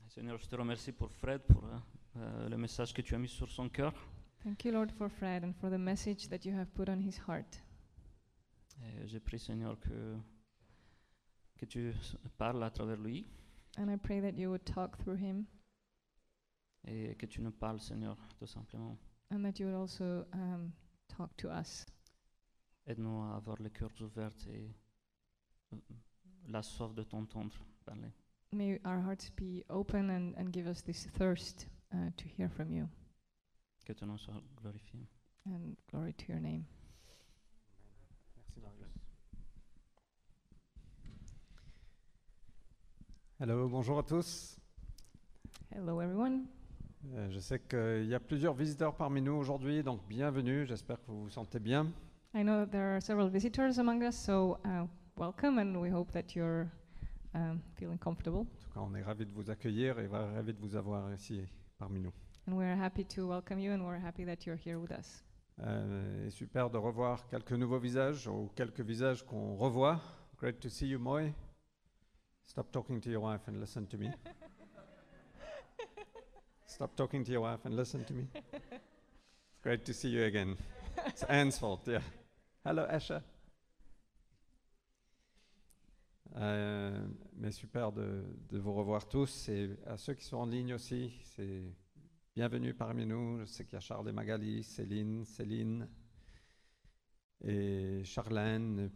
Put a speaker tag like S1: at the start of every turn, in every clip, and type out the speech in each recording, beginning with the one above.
S1: Ah, Seigneur, je te remercie pour Fred, pour euh, euh, le message que tu as mis sur son cœur.
S2: Thank you, Lord, for Fred and for the message that you have put on his heart.
S1: Et je prie, Seigneur, que, que tu parles à travers lui
S2: And I pray that you would talk through him
S1: et que tu nous parles, Seigneur, tout simplement.
S2: and that you would also um, talk to us.
S1: Aide-nous à avoir le cœur ouvert et euh, la soif de t'entendre parler.
S2: May our hearts be open and, and give us this thirst uh, to hear from you.
S1: Que ton nom soit glorifié.
S2: And glory to your name.
S3: Merci Marius. Hello, bonjour à tous.
S2: Hello, everyone.
S3: Euh, Je sais qu'il y a plusieurs visiteurs parmi nous aujourd'hui, donc bienvenue. J'espère que vous vous sentez bien.
S2: I know that there are several visitors among us, so uh, welcome, and we hope that you're um, feeling comfortable.
S3: En tout cas, on est ravis de vous accueillir et ravis de vous avoir ici parmi nous.
S2: And we're happy to welcome you, and we're happy that you're here with us.
S3: Euh, et super de revoir quelques nouveaux visages ou quelques visages qu'on revoit. Great to see you, Moy. Stop talking to your wife and listen to me. Stop talking to your wife and listen to me. Great to see you again. It's Anne's fault, yeah. Hello, Asha. Euh, mais super de, de vous revoir tous et à ceux qui sont en ligne aussi, c'est Bienvenue parmi nous. Je sais qu'il y a Charles et Magali, Céline, Céline et Charlène.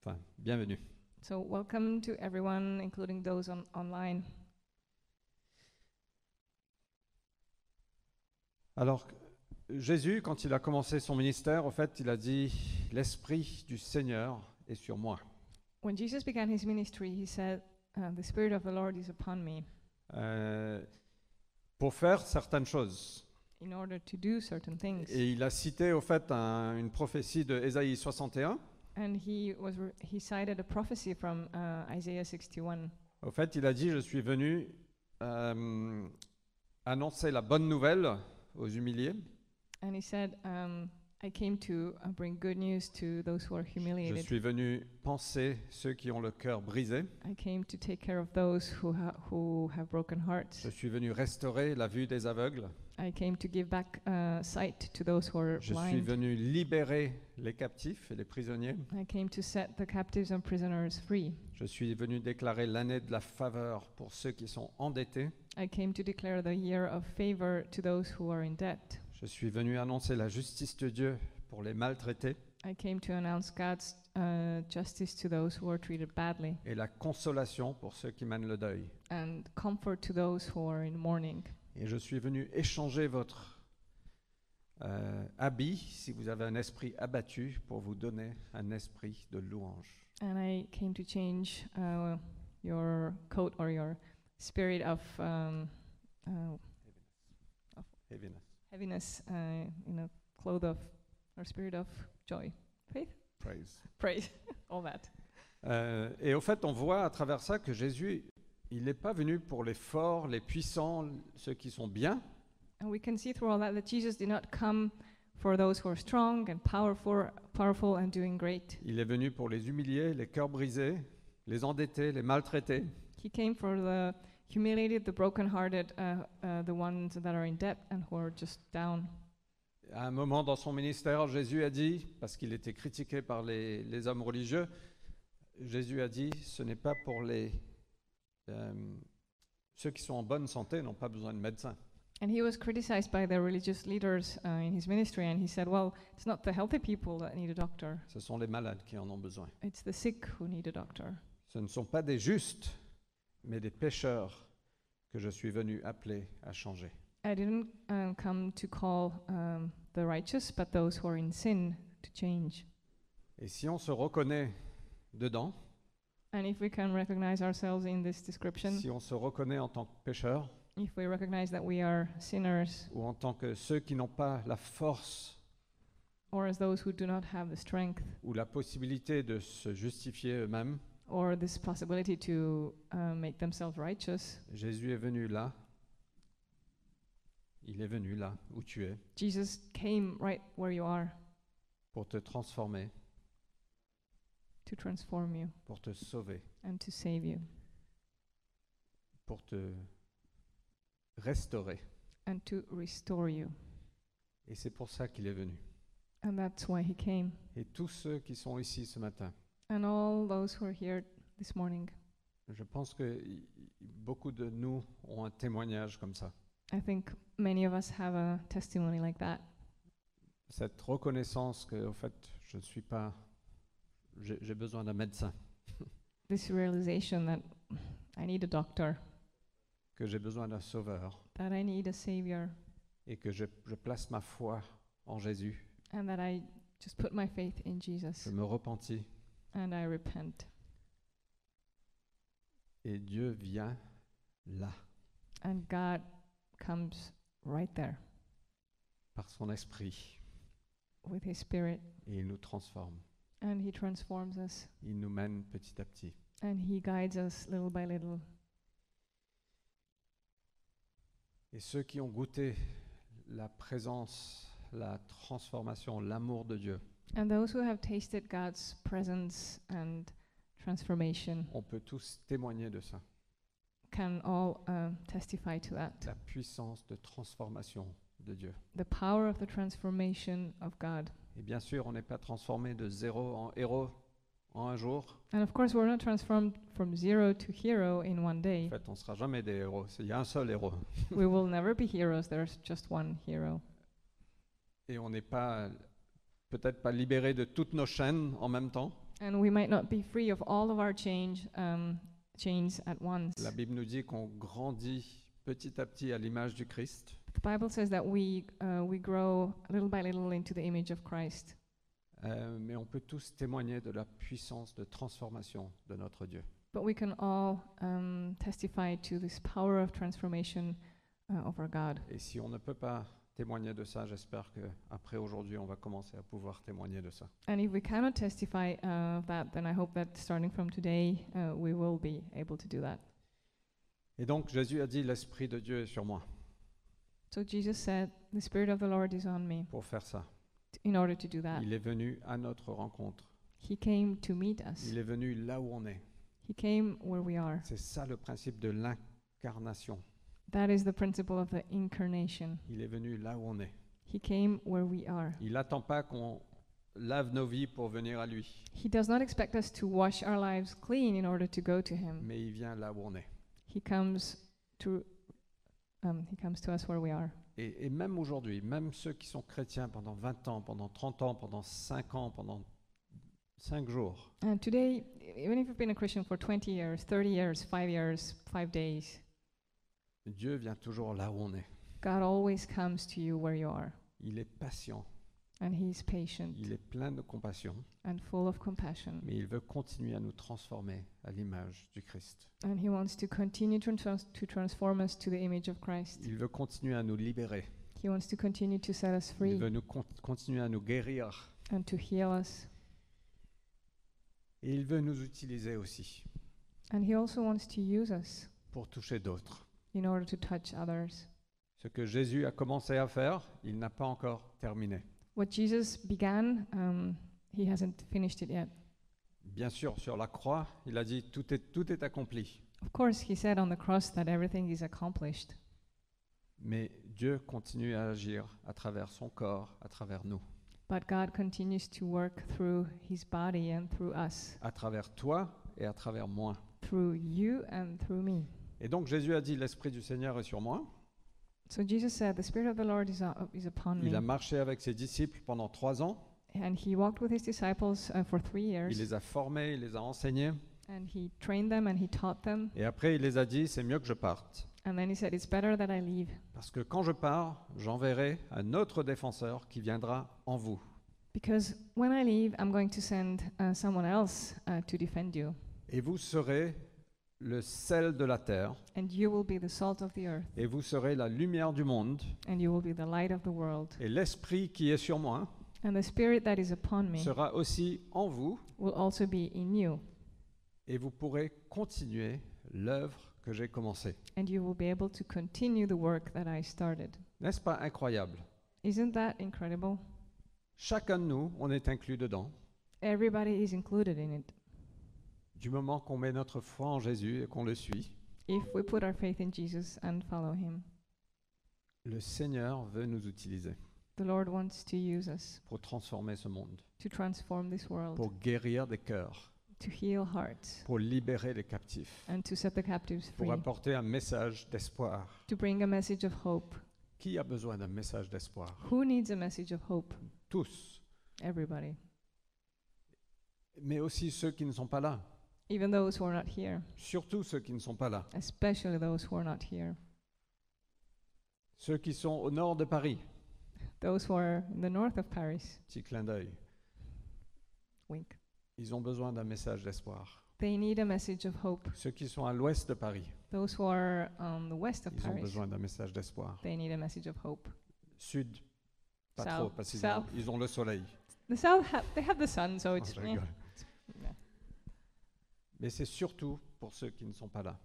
S3: Enfin, bienvenue.
S2: So, welcome to everyone, including those on, online.
S3: Alors, Jésus, quand il a commencé son ministère, en fait, il a dit L'Esprit du Seigneur est sur moi.
S2: When Jesus began his ministry, he said, uh, The Spirit of the Lord is upon me
S3: Euh, pour faire certaines choses.
S2: in order to do certain things.
S3: Et il a cité, au fait, un- une prophétie de Ésaïe 61.
S2: And he, was re- he cited a prophecy from uh, Isaiah 61.
S3: Au fait, il a dit Je suis venu euh, annoncer la bonne nouvelle aux humiliés.
S2: And he said, um, I came to uh, bring good news to those who are
S3: Je
S2: humiliated.
S3: suis venu penser ceux qui ont le cœur brisé.
S2: I came to take care of those who, ha- who have broken hearts.
S3: Je suis venu restaurer la vue des aveugles.
S2: I came to give back uh, sight to those who are
S3: Je suis
S2: blind.
S3: venu libérer les captifs et les prisonniers.
S2: I came to set the captives and prisoners free.
S3: Je suis venu déclarer l'année de la faveur pour ceux qui sont endettés.
S2: I came to declare the year of favor to those who are in debt.
S3: Je suis venu annoncer la justice de Dieu pour les maltraités
S2: I came to announce God's uh, justice to those who are treated badly
S3: et la consolation pour ceux qui mènent le deuil.
S2: and comfort to those who are in mourning.
S3: Et je suis venu échanger votre euh, habit, si vous avez un esprit abattu, pour vous donner un esprit de louange.
S2: And I came to change uh, your coat or your spirit of, um, uh,
S3: Heaviness.
S2: heaviness uh, in a cloth of, or spirit of joy,
S3: Praise.
S2: praise, all that.
S3: Euh, et au fait, on voit à travers ça que Jésus, il n'est pas venu pour les forts, les puissants, ceux qui sont bien,
S2: And we can see through all that that Jesus did not come for those who are strong and powerful, powerful and doing great.
S3: il est venu pour les humiliés, les cœurs brisés, les endettés, les maltraités.
S2: He came for the humiliated, the brokenhearted, uh, uh, the ones that are in debt and who are just down.
S3: À un moment dans son ministère, Jésus a dit, parce qu'il était critiqué par les, les hommes religieux, Jésus a dit, ce n'est pas pour les... euh, ceux qui sont en bonne santé n'ont pas besoin de médecin.
S2: And he was criticized by the religious leaders uh, in his ministry, and he said, Well, it's not the healthy people that need a doctor,
S3: Ce sont les malades qui en ont besoin.
S2: it's the sick who need a doctor.
S3: Ce ne sont pas des justes, mais des pécheurs que je suis venu appeler à changer.
S2: I didn't um, come to call um, the righteous, but those who are in sin to change.
S3: Et si on se reconnaît dedans,
S2: And if we can recognize ourselves in this description,
S3: si on se reconnaît en tant que pécheur
S2: if we recognize that we are sinners
S3: ou en tant que ceux qui n'ont pas la force
S2: or as those who do not have the strength,
S3: ou la possibilité de se justifier eux-mêmes,
S2: or this possibility to uh, make themselves righteous,
S3: Jésus est venu là. Il est venu là où tu es
S2: Jesus came right where you are
S3: pour te transformer,
S2: to transform you
S3: pour te sauver,
S2: and to save you
S3: pour te restaurer.
S2: and to restore you.
S3: Et c'est pour ça qu'il est venu.
S2: And that's why he came.
S3: Et tous ceux qui sont ici ce matin,
S2: And all those who are here this morning,
S3: je pense que y- y- beaucoup de nous ont un témoignage comme ça.
S2: I think many of us have a testimony like that.
S3: Cette reconnaissance que, au fait, je ne suis pas. J'ai j'ai besoin d'un médecin,
S2: This realization that I need a doctor,
S3: que j'ai besoin d'un sauveur
S2: that I need a savior,
S3: et que je, je place ma foi en Jésus.
S2: and that I just put my faith in Jesus
S3: Je me repentis
S2: and I repent.
S3: et Dieu vient là
S2: And God comes right there
S3: par son esprit
S2: with his spirit
S3: et il nous transforme.
S2: and he transforms us
S3: Il nous mène petit à petit.
S2: and he guides us little by little.
S3: Et ceux qui ont goûté la présence, la transformation, l'amour de Dieu,
S2: And those who have tasted God's presence and transformation
S3: on peut tous témoigner de ça.
S2: can all uh, testify to that.
S3: La puissance de transformation de Dieu.
S2: The power of the transformation of God.
S3: Et bien sûr, on n'est pas transformé de zéro en héros en un jour.
S2: And of course, we're not transformed from zero to hero in one
S3: En
S2: day.
S3: fait, on ne sera jamais des héros. C'est- Il y a un seul héros.
S2: we will never be heroes, there's just one hero.
S3: Et on n'est pas, peut-être pas libéré de toutes nos chaînes en même temps.
S2: And we might not be free of all of our change, um, chains at once.
S3: La Bible nous dit qu'on grandit petit à petit à l'image du Christ.
S2: The Bible says that we, uh, we grow little by little into the image of Christ.
S3: Euh, mais on peut tous témoigner de la puissance de transformation de notre Dieu.
S2: But we can all um, testify to this power of transformation uh, of our God.
S3: Et si on ne peut pas témoigner de ça, j'espère que après aujourd'hui, on va commencer à pouvoir témoigner de ça.
S2: And if we cannot testify uh, of that, then I hope that starting from today, uh, we will be able to do that.
S3: Et donc Jésus a dit l'esprit de Dieu est sur moi
S2: So Jesus said, The Spirit of the Lord is on me.
S3: pour faire ça.
S2: T- In order to do that,
S3: Il est venu à notre rencontre.
S2: He came to meet us,
S3: Il est venu là où on est.
S2: He came where we are.
S3: C'est ça le principe de l'incarnation.
S2: That is the principle of the incarnation.
S3: Il est venu là où on est.
S2: He came where we are.
S3: Il n'attend pas qu'on lave nos vies pour venir à lui,
S2: He does not expect us to wash our lives clean in order to go to Him.
S3: mais il vient là où on est.
S2: He comes to um, he comes to us where we are.
S3: Et, et même aujourd'hui, même ceux qui sont chrétiens pendant 20 ans, pendant 30 ans, pendant 5 ans, pendant 5 jours,
S2: And today, e- even if you've been a Christian for 20 years, 30 years, 5 years, 5 days,
S3: Dieu vient toujours là où on est.
S2: God always comes to you where you are.
S3: Il est patient,
S2: And He's patient
S3: il est plein de compassion,
S2: and full of compassion.
S3: mais il veut continuer à nous transformer à l'image du Christ.
S2: And He wants to continue to, trans- to transform us to the image of Christ.
S3: Il veut continuer à nous libérer,
S2: He wants to continue to set us
S3: il
S2: free
S3: veut nous con- continuer à nous guérir,
S2: and to heal us.
S3: et il veut nous utiliser aussi
S2: And He also wants to use us
S3: pour toucher d'autres.
S2: in order to touch others.
S3: Ce que Jésus a commencé à faire, il n'a pas encore terminé.
S2: What Jesus began, um, He hasn't finished it yet.
S3: Bien sûr, sur la croix, il a dit tout est, tout est accompli,
S2: Of course, He said on the cross that everything is accomplished.
S3: mais Dieu continue à agir à travers son corps, à travers nous,
S2: But God continues to work through his body and through us,
S3: à travers toi et à travers moi.
S2: through you and through me.
S3: Et donc Jésus a dit l'Esprit du Seigneur est sur moi.
S2: So Jesus said, The Spirit of the Lord is, o- is upon
S3: Il a
S2: me.
S3: marché avec ses disciples pendant trois ans.
S2: And he walked with his disciples uh, for three
S3: Il
S2: years,
S3: les a formés, il les a enseignés.
S2: and he trained them and he taught them.
S3: Et après, il les a dit, c'est mieux que je parte.
S2: And then he said, It's better that I leave,
S3: Parce que quand je pars, j'enverrai un autre défenseur qui viendra en vous.
S2: because when I leave, I'm going to send uh, someone else uh, to defend you,
S3: Et vous serez le sel de la terre,
S2: and you will be the salt of the earth,
S3: et vous serez la lumière du monde.
S2: and you will be the light of the world.
S3: Et l'Esprit qui est sur moi
S2: And the Spirit that is upon me
S3: sera aussi en vous,
S2: will also be in you,
S3: et vous pourrez continuer l'œuvre que j'ai commencée.
S2: and you will be able to continue the work that I started.
S3: N'est-ce pas incroyable
S2: Isn't that incredible?
S3: Chacun de nous, on est inclus dedans.
S2: Everybody is included in it.
S3: Du moment qu'on met notre foi en Jésus et qu'on le suit,
S2: If we put our faith in Jesus and follow him,
S3: Le Seigneur veut nous utiliser
S2: The Lord wants to use us
S3: pour transformer ce monde,
S2: to transform this world,
S3: pour guérir des cœurs,
S2: to heal hearts,
S3: pour libérer les captifs,
S2: and to set the captives free,
S3: pour apporter un message d'espoir.
S2: to bring a message of hope.
S3: Qui a besoin d'un message d'espoir
S2: Who needs a message of hope?
S3: Tous,
S2: Everybody,
S3: mais aussi ceux qui ne sont pas là,
S2: even those who are not here,
S3: surtout ceux qui ne sont pas là,
S2: especially those who are not here,
S3: ceux qui sont au nord de Paris.
S2: those who are in the north of Paris.
S3: Petit clin d'œil.
S2: Wink.
S3: Ils ont besoin d'un message d'espoir.
S2: They need a message of hope.
S3: Ceux qui sont à l'ouest de Paris,
S2: Those who are on the west of
S3: ils ont
S2: Paris,
S3: besoin d'un message d'espoir.
S2: they need a message of hope.
S3: Sud, pas
S2: South.
S3: trop, parce qu'ils ont,
S2: South.
S3: ils ont le soleil.
S2: The south ha- they have the sun, so
S3: Oh,
S2: it's
S3: je
S2: eh,
S3: rigole.
S2: yeah.
S3: Mais c'est surtout pour ceux qui ne sont pas là.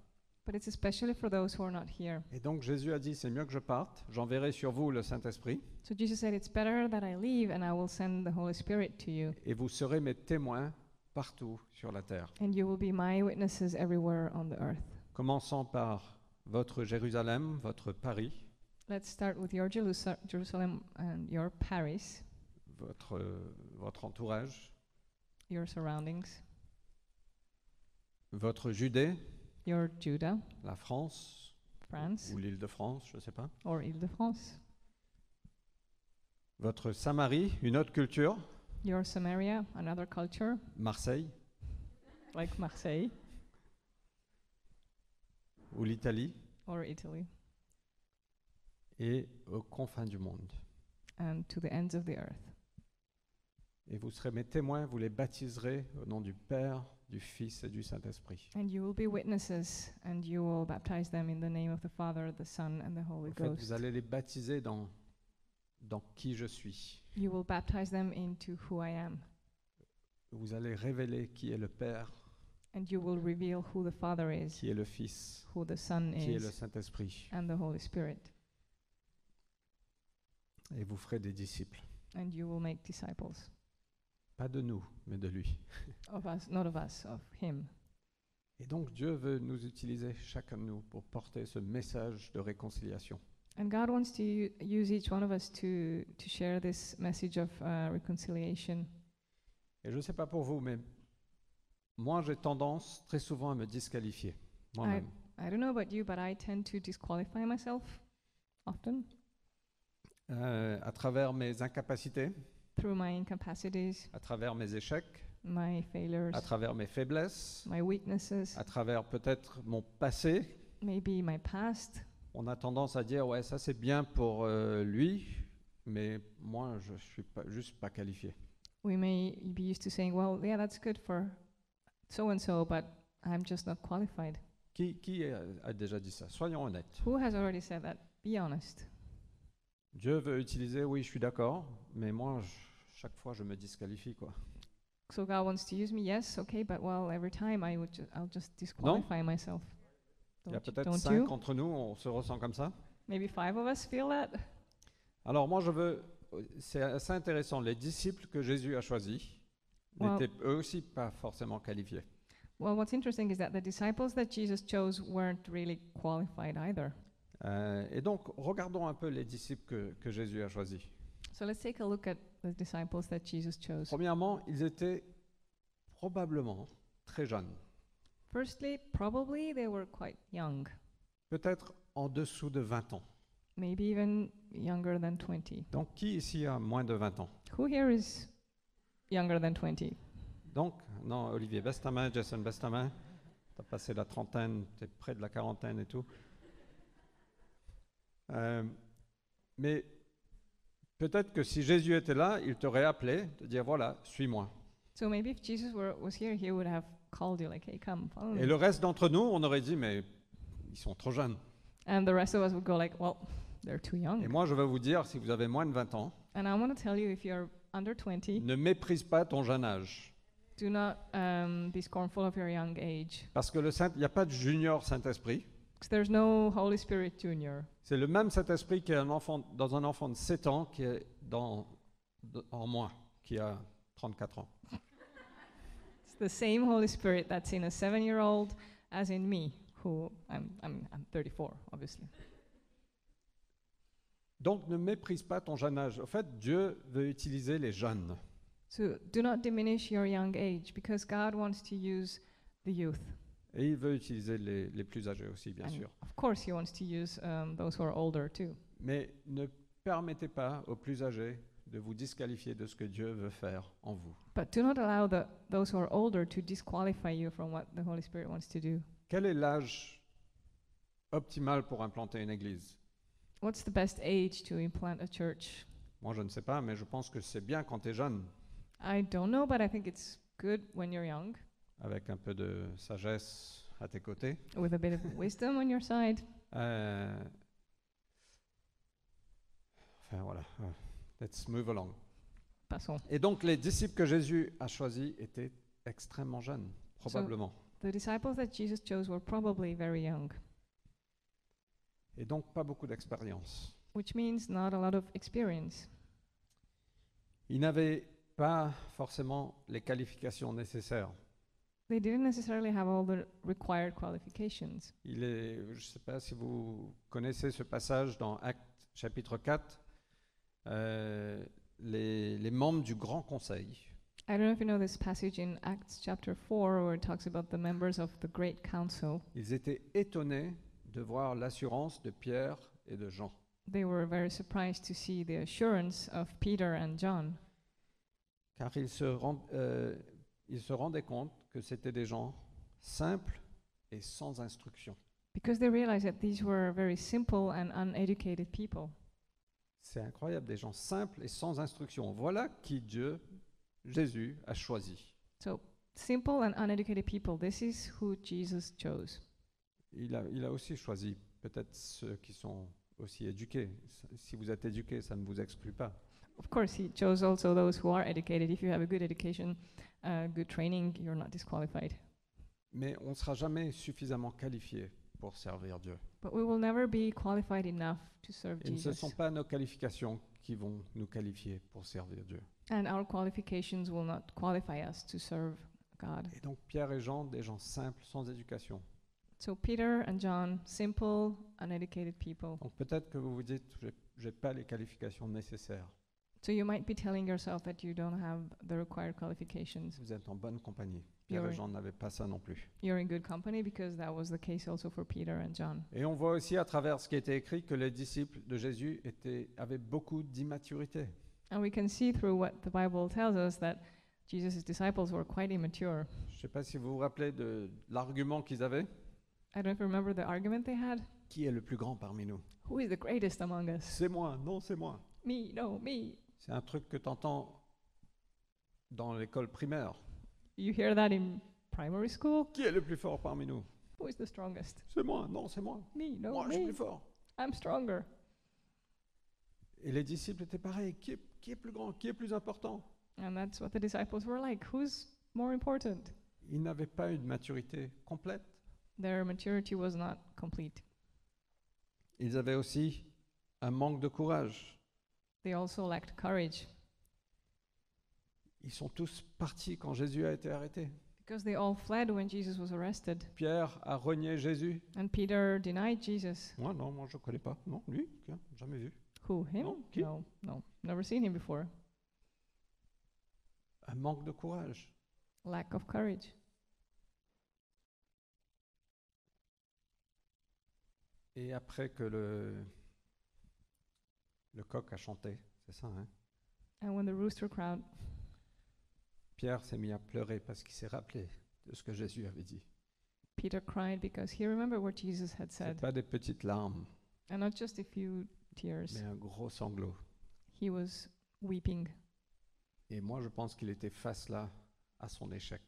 S2: but it's especially for those who are not here.
S3: Et donc Jésus a dit, c'est mieux que je parte, j'enverrai sur vous le Saint-Esprit,
S2: So Jesus said, "It's better that I leave, and I will send the Holy Spirit to you,
S3: et vous serez mes témoins partout sur la terre,
S2: and you will be my witnesses everywhere on the earth."
S3: commençant par votre Jérusalem, votre Paris,
S2: Let's start with your Jerusal- Jerusalem and your Paris,
S3: votre, euh, votre entourage,
S2: your surroundings,
S3: votre Judée,
S2: your Judah,
S3: la France,
S2: France,
S3: ou l'île de France, je ne sais pas,
S2: or Ile-de-France,
S3: votre Samarie, une autre culture,
S2: your Samaria, another culture
S3: Marseille,
S2: like Marseille
S3: ou l'Italie,
S2: or Italy,
S3: et aux confins du monde.
S2: and to the ends of the earth.
S3: Et vous serez mes témoins, vous les baptiserez au nom du Père, du Fils et du Saint-Esprit.
S2: And you will be witnesses, and you will baptize them in the name of the Father, the Son, and the Holy
S3: En fait,
S2: Ghost.
S3: vous allez les baptiser dans, dans qui je suis.
S2: You will baptize them into who I am,
S3: Vous allez révéler qui est le Père,
S2: and you will reveal who the Father is,
S3: qui est le Fils,
S2: who the Son
S3: qui est
S2: is,
S3: le Saint-Esprit.
S2: and the Holy Spirit.
S3: Et vous ferez des disciples.
S2: And you will make disciples
S3: Pas de nous, mais de lui.
S2: of us, not of us, of Him.
S3: Et donc Dieu veut nous utiliser, chacun de nous, pour porter ce message de réconciliation.
S2: And God wants to u- use each one of us to, to share this message of uh, reconciliation.
S3: Et je ne sais pas pour vous, mais moi j'ai tendance très souvent à me disqualifier. Moi-même.
S2: I don't know about you, but I tend to disqualify myself often
S3: Euh, à travers mes incapacités,
S2: through my incapacities,
S3: à travers mes échecs,
S2: my failures,
S3: à travers mes faiblesses,
S2: my weaknesses,
S3: à travers peut-être mon passé.
S2: maybe my past.
S3: On a tendance à dire, ouais, ça c'est bien pour euh, lui, mais moi je suis pas, juste pas qualifié.
S2: We may be used to saying, well, yeah, that's good for so and so, but I'm just not qualified.
S3: Qui, qui a, a déjà dit ça Soyons honnêtes.
S2: Who has already said that? Be honest.
S3: Dieu veut utiliser, oui, je suis d'accord, mais moi, je- chaque fois, je me disqualifie, quoi.
S2: So God wants to use me, yes, okay, but well, every time I would, ju- I'll just disqualify myself.
S3: Il y a
S2: Don't, you-
S3: peut-être
S2: don't
S3: cinq
S2: you?
S3: entre nous, on se ressent comme ça.
S2: Maybe five of us feel that.
S3: Alors moi, je veux, c'est assez intéressant, les disciples que Jésus a choisis
S2: Wow.
S3: n'étaient eux aussi pas forcément qualifiés.
S2: Well, what's interesting is that the disciples that Jesus chose weren't really qualified either.
S3: Euh, et donc, regardons un peu les disciples que, que Jésus a choisis.
S2: So let's take a look at the disciples that Jesus chose.
S3: Premièrement, ils étaient probablement très jeunes,
S2: Firstly, probably they were quite young,
S3: peut-être en dessous de 20 ans.
S2: maybe even younger than 20.
S3: Donc, qui ici a moins de 20 ans
S2: Who here is younger than 20?
S3: Donc, non, Olivier Bastamain, Jason Bastamain, tu as passé la trentaine, tu es près de la quarantaine et tout. Euh, mais peut-être que si Jésus était là, il t'aurait appelé, te dire voilà, suis-moi.
S2: So maybe if Jesus were, was here, he would have called you, like, hey, come, follow me.
S3: Et le reste d'entre nous, on aurait dit mais ils sont trop jeunes.
S2: And the rest of us would go, like, well, they're too young.
S3: Et moi, je vais vous dire, si vous avez moins de 20 ans,
S2: And I want to tell you, if you're under 20,
S3: ne méprise pas ton jeune âge.
S2: do not um, be scornful of your young age.
S3: Parce que le Saint, il n'y a pas de junior Saint-Esprit.
S2: 'Cause there's no Holy Spirit Junior.
S3: C'est le même Saint-Esprit qui est un enfant, dans un enfant de 7 ans qui est dans, de- en moi, qui a 34 ans.
S2: It's the same Holy Spirit that's in a seven-year-old as in me, who I'm, I'm, I'm 34, obviously.
S3: Donc ne méprise pas ton jeune âge. En fait, Dieu veut utiliser les jeunes.
S2: So do not diminish your young age because God wants to use the youth.
S3: Et il veut utiliser les, les plus âgés aussi, bien
S2: and
S3: sûr.
S2: Of course, He wants to use um, those who are older too.
S3: Mais ne permettez pas aux plus âgés de vous disqualifier de ce que Dieu veut faire en vous.
S2: But do not allow the, those who are older to disqualify you from what the Holy Spirit wants to do.
S3: Quel est l'âge optimal pour implanter une église
S2: What's the best age to implant a church?
S3: Moi, je ne sais pas, mais je pense que c'est bien quand tu es jeune,
S2: I don't know, but I think it's good when you're young,
S3: avec un peu de sagesse à tes côtés.
S2: with a bit of wisdom on your side.
S3: Euh, Enfin, voilà. euh, Let's move along.
S2: Passons.
S3: Et donc, les disciples que Jésus a choisis étaient extrêmement jeunes, probablement.
S2: The disciples that Jesus chose were probably very young,
S3: Et donc, pas beaucoup d'expérience.
S2: which means not a lot of experience.
S3: Ils n'avaient pas forcément les qualifications nécessaires.
S2: They didn't necessarily have all the required qualifications.
S3: Il est, je ne sais pas si vous connaissez ce passage dans Acte chapitre 4. euh, les, les membres du Grand Conseil,
S2: I don't know if you know this passage in Acts chapter 4 where it talks about the members of the Great Council.
S3: ils étaient étonnés de voir l'assurance de Pierre et de Jean.
S2: They were very surprised to see the assurance of Peter and John
S3: car ils se, rend- euh, ils se rendaient compte que c'était des gens simples et sans instruction.
S2: because they realized that these were very simple and uneducated people.
S3: C'est incroyable, des gens simples et sans instruction. Voilà qui Dieu, Jésus, a choisi.
S2: So, simple and uneducated people, this is who Jesus chose.
S3: Il a, il a aussi choisi peut-être ceux qui sont aussi éduqués. S- Si vous êtes éduqués, ça ne vous exclut pas.
S2: Of course, he chose also those who are educated. If you have a good education, uh, good training, you're not disqualified.
S3: Mais on ne sera jamais suffisamment qualifié pour servir Dieu.
S2: But we will never be qualified enough to serve
S3: Et ce ne
S2: Jesus.
S3: sont pas nos qualifications qui vont nous qualifier pour servir Dieu.
S2: And our qualifications will not qualify us to serve God.
S3: Et donc Pierre et Jean, des gens simples, sans éducation.
S2: So Peter and John, simple, uneducated people.
S3: Donc peut-être que vous vous dites, j'ai- j'ai pas les qualifications nécessaires.
S2: So you might be telling yourself that you don't have the required qualifications.
S3: Vous êtes en bonne compagnie. Pierre et
S2: You're-
S3: Jean n'avaient pas ça non plus.
S2: You're in good company because that was the case also for Peter and John.
S3: Et on voit aussi à travers ce qui était écrit que les disciples de Jésus étaient, avaient beaucoup d'immaturité.
S2: And we can see through what the Bible tells us that Jesus' disciples were quite immature.
S3: Je ne sais pas si vous vous rappelez de l'argument qu'ils avaient.
S2: I don't remember the argument they had.
S3: Qui est le plus grand parmi nous
S2: Who is the greatest among us?
S3: C'est moi, non, c'est moi.
S2: Me, no, me.
S3: C'est un truc que tu entends dans l'école primaire.
S2: You hear that in primary school?
S3: Qui est le plus fort parmi nous
S2: Who is the strongest?
S3: C'est moi, non, c'est moi.
S2: Me, no,
S3: Moi, je suis
S2: me.
S3: plus fort.
S2: I'm stronger.
S3: Et les disciples étaient pareils. Qui est- qui est plus grand Qui est plus important
S2: And that's what the disciples were like. Who's more important?
S3: Ils n'avaient pas une maturité complète.
S2: Their maturity was not complete.
S3: Ils avaient aussi un manque de courage.
S2: They also lacked courage
S3: Ils sont tous partis quand Jésus a été arrêté.
S2: because they all fled when Jesus was arrested.
S3: Pierre a renié Jésus.
S2: And Peter denied Jesus.
S3: Moi, non, moi, je ne connais pas. Non, lui, tiens, jamais vu.
S2: Who? Him?
S3: Non, qui?
S2: No, no. Never seen him before.
S3: Un manque de courage.
S2: Lack of courage.
S3: Et après que le, le coq a chanté, c'est ça, hein,
S2: And when the rooster crowed,
S3: Pierre s'est mis à pleurer parce qu'il s'est rappelé de ce que Jésus avait dit.
S2: Peter cried because he remembered what Jesus had
S3: Ce
S2: said.
S3: pas des petites larmes,
S2: And not just a few tears.
S3: mais un gros sanglot.
S2: He was weeping.
S3: Et moi, je pense qu'il était face là à son échec.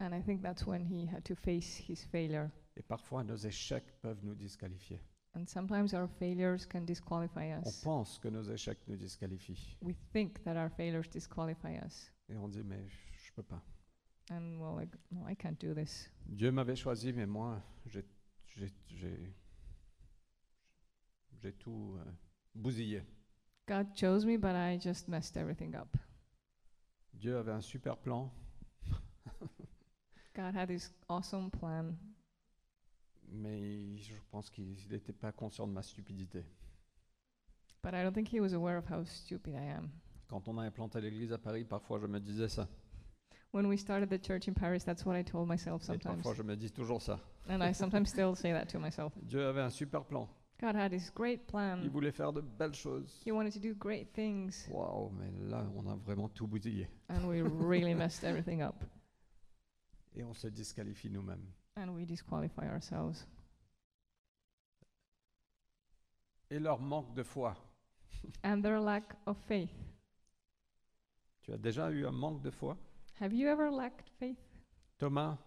S2: And I think that's when he had to face his failure.
S3: Et parfois, nos échecs peuvent nous disqualifier.
S2: And sometimes our failures can disqualify
S3: On
S2: us.
S3: pense que nos échecs nous disqualifient.
S2: We think that our failures disqualify us.
S3: Et on dit, mais je peux pas.
S2: And well, like, no, I can't do this.
S3: Dieu m'avait choisi, mais moi, j'ai, j'ai, j'ai, j'ai tout euh, bousillé.
S2: God chose me, but I just messed everything up.
S3: Dieu avait un super plan,
S2: God had this awesome plan,
S3: mais il- je pense qu'il n'était pas conscient de ma stupidité.
S2: But I don't think he was aware of how stupid I am.
S3: Quand on a implanté l'église à Paris, parfois je me disais ça.
S2: When we started the church in Paris, that's what I told myself
S3: Et
S2: sometimes.
S3: parfois je me dis toujours ça.
S2: And I sometimes still say that to myself.
S3: Dieu avait un super plan.
S2: God had this great
S3: Il
S2: plan.
S3: voulait faire de belles choses.
S2: He wanted to do great things,
S3: Waouh, mais là, on a vraiment tout bousillé.
S2: and we really messed everything up.
S3: Et on se disqualifie nous-mêmes.
S2: And we disqualify ourselves.
S3: Et leur manque de foi.
S2: And their lack of faith.
S3: Tu as déjà eu un manque de foi
S2: Have you ever lacked faith?
S3: Thomas,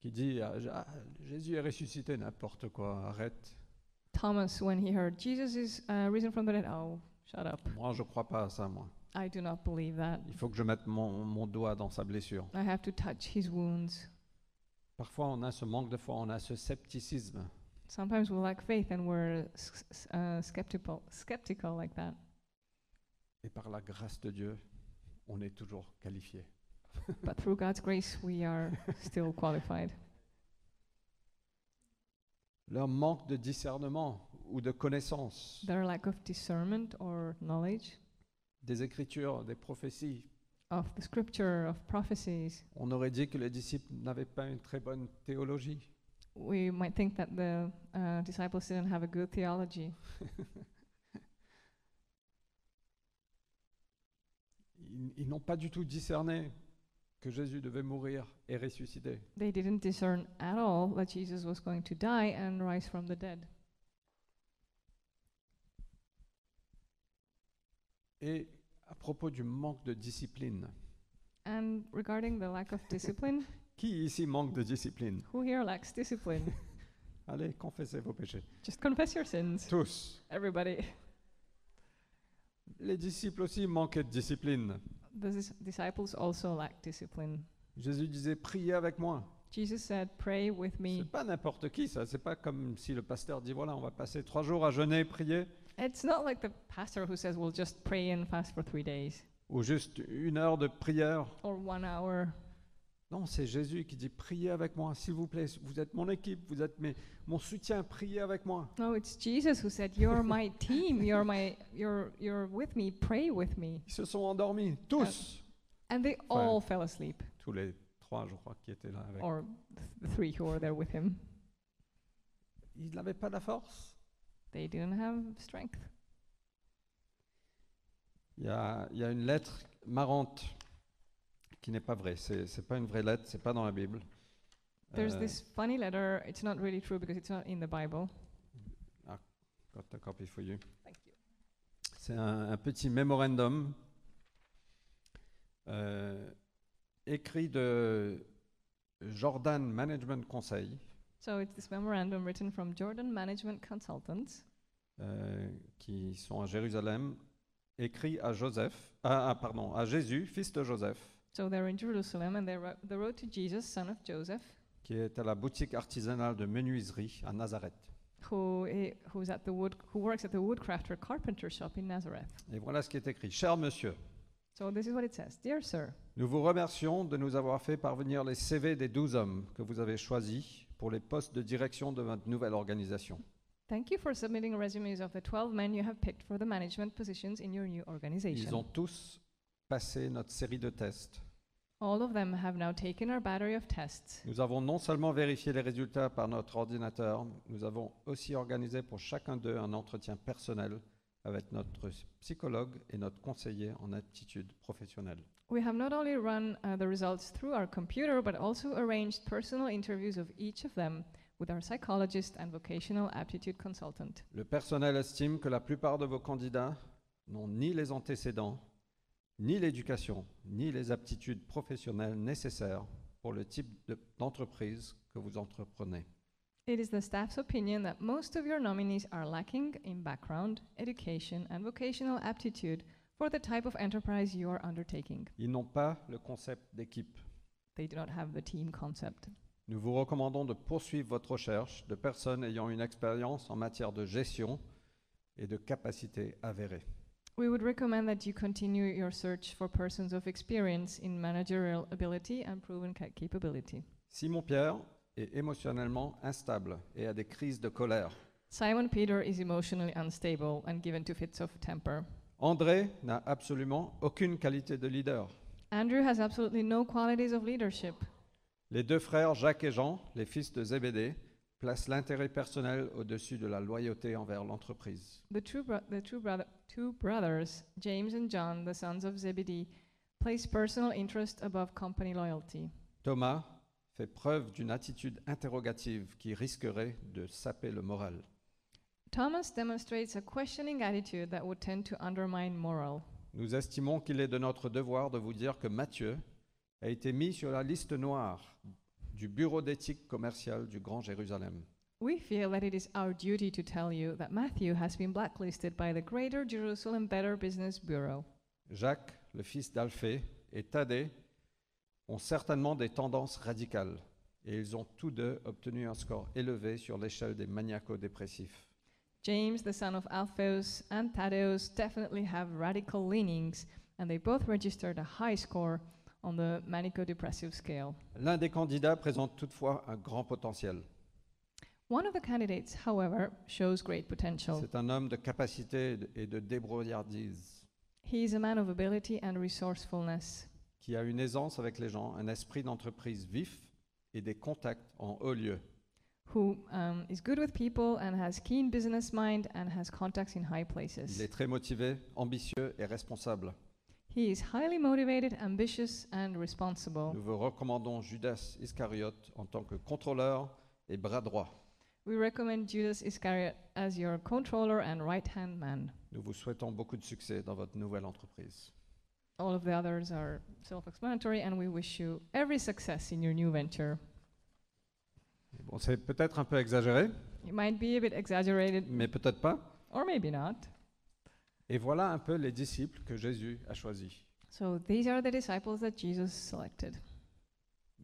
S3: qui dit ah, J- ah, Jésus est ressuscité, n'importe quoi, arrête.
S2: Thomas, when he heard Jesus is uh, risen from the dead, oh, shut up.
S3: Moi, je crois pas à ça, moi.
S2: I do not believe that.
S3: Il faut que je mette mon, mon doigt dans sa blessure.
S2: I have to touch his wounds.
S3: Parfois, on a ce manque de foi, on a ce scepticisme.
S2: Sometimes we lack faith and we're s- s- uh, skeptical, skeptical like that.
S3: Et par la grâce de Dieu, on est toujours qualifié.
S2: But through God's grace, we are still qualified.
S3: Leur manque de discernement ou de connaissance
S2: Their lack of discernment or knowledge
S3: des Écritures, des prophéties.
S2: of the scripture, of prophecies,
S3: On aurait dit que les disciples n'avaient pas une très bonne théologie.
S2: we might think that the uh, disciples didn't have a good theology.
S3: Ils, ils n'ont pas du tout discerné que Jésus devait mourir et ressusciter.
S2: They didn't discern at all that Jesus was going to die and rise from the dead.
S3: Et à propos du manque de discipline,
S2: And regarding the lack of discipline,
S3: qui ici manque de discipline
S2: who here lacks discipline?
S3: Allez, confessez vos péchés.
S2: Just confess your sins,
S3: Tous.
S2: everybody.
S3: Les disciples aussi manquaient de discipline.
S2: The dis- disciples also lacked discipline.
S3: Jésus disait priez avec moi.
S2: Jesus said, Pray with me.
S3: C'est pas n'importe qui ça. C'est pas comme si le pasteur dit voilà on va passer trois jours à jeûner, prier,
S2: It's not like the pastor who says, We'll just pray and fast for three days
S3: ou juste une heure de prière.
S2: or one hour.
S3: Non, c'est Jésus qui dit priez avec moi, s'il vous plaît. Vous êtes mon équipe, vous êtes mes- mon soutien, priez avec moi.
S2: No, it's Jesus who said, You're my team, you're my you're you're with me, pray with me.
S3: Ils se sont endormis, tous.
S2: And they all fell asleep.
S3: Tous les trois, je crois, qui étaient là avec.
S2: Or th- the three who were there with him.
S3: Ils n'avaient pas la force.
S2: They didn't have strength.
S3: Il y a, il y a une lettre marrante qui n'est pas vraie. C'est, c'est pas une vraie lettre, c'est pas dans la Bible.
S2: There's
S3: Euh,
S2: this funny letter, it's not really true because it's not in the Bible.
S3: got a copy for you.
S2: Thank you.
S3: C'est un, un petit mémorandum euh, écrit de Jordan Management Conseil.
S2: So it's this memorandum written from Jordan Management Consultants
S3: euh, qui sont à Jérusalem, écrit à Joseph, à, à- pardon, à Jésus, fils de Joseph,
S2: So they're in Jerusalem and they, wrote they wrote to Jesus, son of Joseph,
S3: qui est à la boutique artisanale de menuiserie à Nazareth.
S2: who, i- who's at the wood, who works at the woodcraft or carpenter shop in Nazareth.
S3: Et voilà ce qui est écrit. Cher monsieur,
S2: So this is what it says Dear sir,
S3: nous vous remercions de nous avoir fait parvenir les CV des 12 hommes que vous avez choisis pour les postes de direction de votre nouvelle organisation.
S2: thank you for submitting resumes of the 12 men you have picked for the management positions in your new organization.
S3: Ils ont tous passé notre série de tests.
S2: All of them have now taken our battery of tests.
S3: Nous avons non seulement vérifié les résultats par notre ordinateur, nous avons aussi organisé pour chacun d'eux un entretien personnel avec notre psychologue et notre conseiller en aptitude professionnelle.
S2: We have not only run uh, the results through our computer, but also arranged personal interviews of each of them with our psychologist and vocational aptitude consultant.
S3: Le personnel estime que la plupart de vos candidats n'ont ni les antécédents, ni l'éducation, ni les aptitudes professionnelles nécessaires pour le type de- d'entreprise que vous entreprenez.
S2: It is the staff's opinion that most of your nominees are lacking in background, education, and vocational aptitude for the type of enterprise you are undertaking.
S3: Ils n'ont pas le concept d'équipe.
S2: They do not have the team concept.
S3: Nous vous recommandons de poursuivre votre recherche de personnes ayant une expérience en matière de gestion et de capacité avérée.
S2: We would recommend that you continue your search for persons of experience in managerial ability and proven ca- capability.
S3: Simon Pierre est émotionnellement instable et a des crises de colère.
S2: Simon Peter is emotionally unstable and given to fits of temper.
S3: André n'a absolument aucune qualité de leader.
S2: Andrew has absolutely no qualities of leadership.
S3: Les deux frères Jacques et Jean, les fils de Zébédée, placent l'intérêt personnel au-dessus de la loyauté envers l'entreprise.
S2: The two, bro- the two, brother- two brothers, James and John, the sons of Zebedee, place personal interest above company loyalty.
S3: Thomas fait preuve d'une attitude interrogative qui risquerait de saper le moral.
S2: Thomas demonstrates a questioning attitude that would tend to undermine moral.
S3: Nous estimons qu'il est de notre devoir de vous dire que Matthieu a été mis sur la liste noire du Bureau d'éthique commerciale du Grand Jérusalem.
S2: We feel that it is our duty to tell you that Matthew has been blacklisted by the Greater Jerusalem Better Business Bureau.
S3: Jacques, le fils d'Alphée, et Thaddée ont certainement des tendances radicales et ils ont tous deux obtenu un score élevé sur l'échelle des maniaco-dépressifs.
S2: James, the son of Alphaeus, and Thaddeus definitely have radical leanings, and they both registered a high score on the manico depressive scale.
S3: L'un des candidats présente toutefois un grand potentiel.
S2: One of the candidates, however, shows great potential.
S3: C'est un homme de capacité et de- et de débrouillardise
S2: He is a man of ability and resourcefulness.
S3: qui a une aisance avec les gens, un esprit d'entreprise vif et des contacts en haut lieu.
S2: who um, is good with people and has keen business mind and has contacts in high
S3: Il
S2: places.
S3: est très motivé, ambitieux et responsable.
S2: He is highly motivated, ambitious, and responsible.
S3: Nous vous recommandons Judas Iscariote en tant que contrôleur et bras droit.
S2: We recommend Judas Iscariot as your controller and right-hand man.
S3: Nous vous souhaitons beaucoup de succès dans votre nouvelle entreprise.
S2: All of the others are self-explanatory, and we wish you every success in your new venture.
S3: Bon, c'est peut-être un peu exagéré,
S2: It might be a bit exaggerated,
S3: mais peut-être pas.
S2: or maybe not.
S3: Et voilà un peu les disciples que Jésus a choisis,
S2: So these are the disciples that Jesus selected,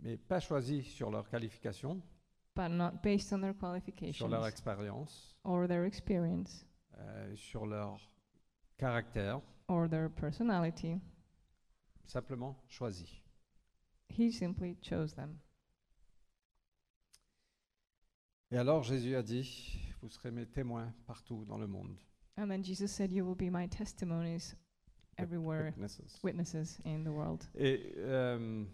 S3: mais pas choisis sur leur qualification,
S2: but not based on their
S3: sur leur
S2: qualifications
S3: expérience,
S2: or their experience
S3: euh, sur leur caractère,
S2: or their personality.
S3: simplement choisis.
S2: He simply chose them.
S3: Et alors Jésus a dit, vous serez mes témoins partout dans le monde.
S2: And then Jesus said, You will be my testimonies everywhere,
S3: Witnesses.
S2: witnesses in the world.
S3: Et euh,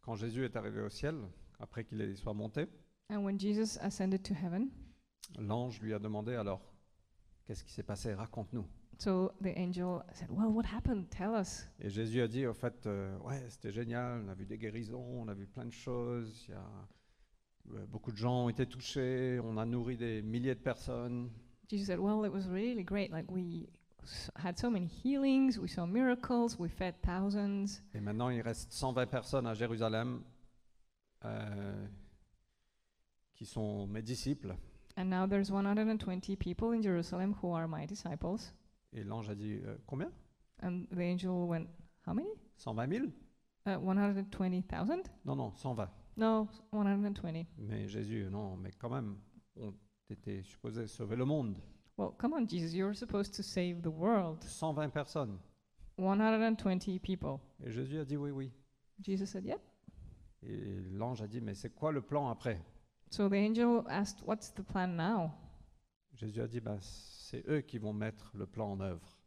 S3: quand Jésus est arrivé au ciel, après qu'il est- soit monté,
S2: And when Jesus ascended to heaven,
S3: l'ange lui a demandé alors, qu'est-ce qui s'est passé Raconte-nous.
S2: so the angel said, Well, what happened? Tell us.
S3: Et Jésus a dit, au fait, euh, ouais, c'était génial, on a vu des guérisons, on a vu plein de choses, il y a- euh, beaucoup de gens ont été touchés, on a nourri des milliers de personnes.
S2: Jesus said, Well, it was really great. Like, we s- had so many healings, we saw miracles, we fed thousands.
S3: Et maintenant, il reste 120 personnes à Jérusalem euh, qui sont mes disciples.
S2: And now there's 120 people in Jerusalem who are my disciples.
S3: Et l'ange a dit, Euh, combien
S2: And the angel went, How many?
S3: 120 000
S2: Uh, 120,000?
S3: Non, non, 120.
S2: No, 120.
S3: Mais Jésus, non, mais quand même, on était supposé sauver le monde.
S2: Well, come on, Jesus, you're supposed to save the world.
S3: 120 personnes.
S2: 120 people.
S3: Et Jésus a dit, oui, oui.
S2: Jesus said, Yep.
S3: Et l'ange a dit, mais c'est quoi le plan après
S2: So the angel asked, What's the plan now?
S3: Jésus a dit, bah, c'est eux qui vont mettre le plan en œuvre.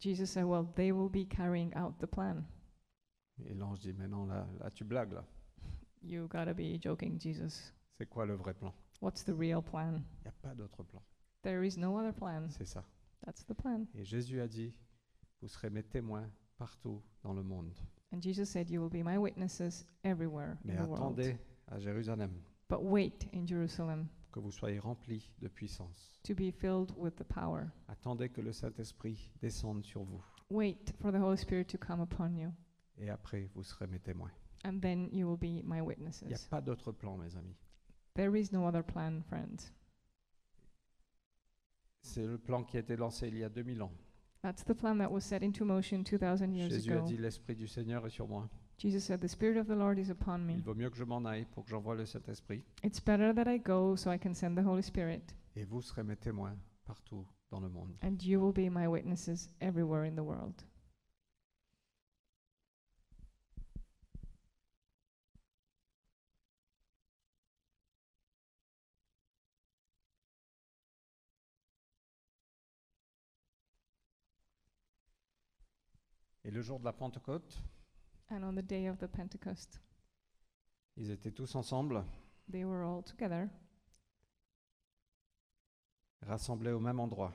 S2: Jesus said, Well, they will be carrying out the plan.
S3: Et l'ange dit, mais non, là, là, tu blagues, là.
S2: You gotta be joking, Jesus.
S3: C'est quoi le vrai plan
S2: What's the real plan?
S3: Il n'y a pas d'autre plan.
S2: There is no other plan.
S3: C'est ça.
S2: That's the plan.
S3: Et Jésus a dit, vous serez mes témoins partout dans le monde.
S2: And Jesus said, You will be my witnesses everywhere
S3: Mais
S2: in the world.
S3: attendez à Jérusalem
S2: But wait in Jerusalem
S3: que vous soyez remplis de puissance.
S2: to be filled with the power.
S3: Attendez que le Saint-Esprit descende sur vous.
S2: Wait for the Holy Spirit to come upon you.
S3: Et après, vous serez mes témoins.
S2: And then you will be my
S3: Il n'y a
S2: witnesses.
S3: pas d'autre plan, mes amis.
S2: There is no other plan, friends.
S3: C'est le plan qui a été lancé il y a 2000 ans.
S2: That's the plan that was set into motion 2,000 years
S3: Jésus a
S2: ago.
S3: dit, l'Esprit du Seigneur est sur moi.
S2: Jesus said, The Spirit of the Lord is upon me.
S3: Il vaut mieux que je m'en aille pour que j'envoie le Saint-Esprit.
S2: It's better that I go so I can send the Holy Spirit,
S3: Et vous serez mes témoins partout dans le monde.
S2: and you will be my witnesses everywhere in the world.
S3: le jour de la Pentecôte,
S2: And on the day of the Pentecost,
S3: ils étaient tous ensemble,
S2: they were all together.
S3: rassemblés au même endroit.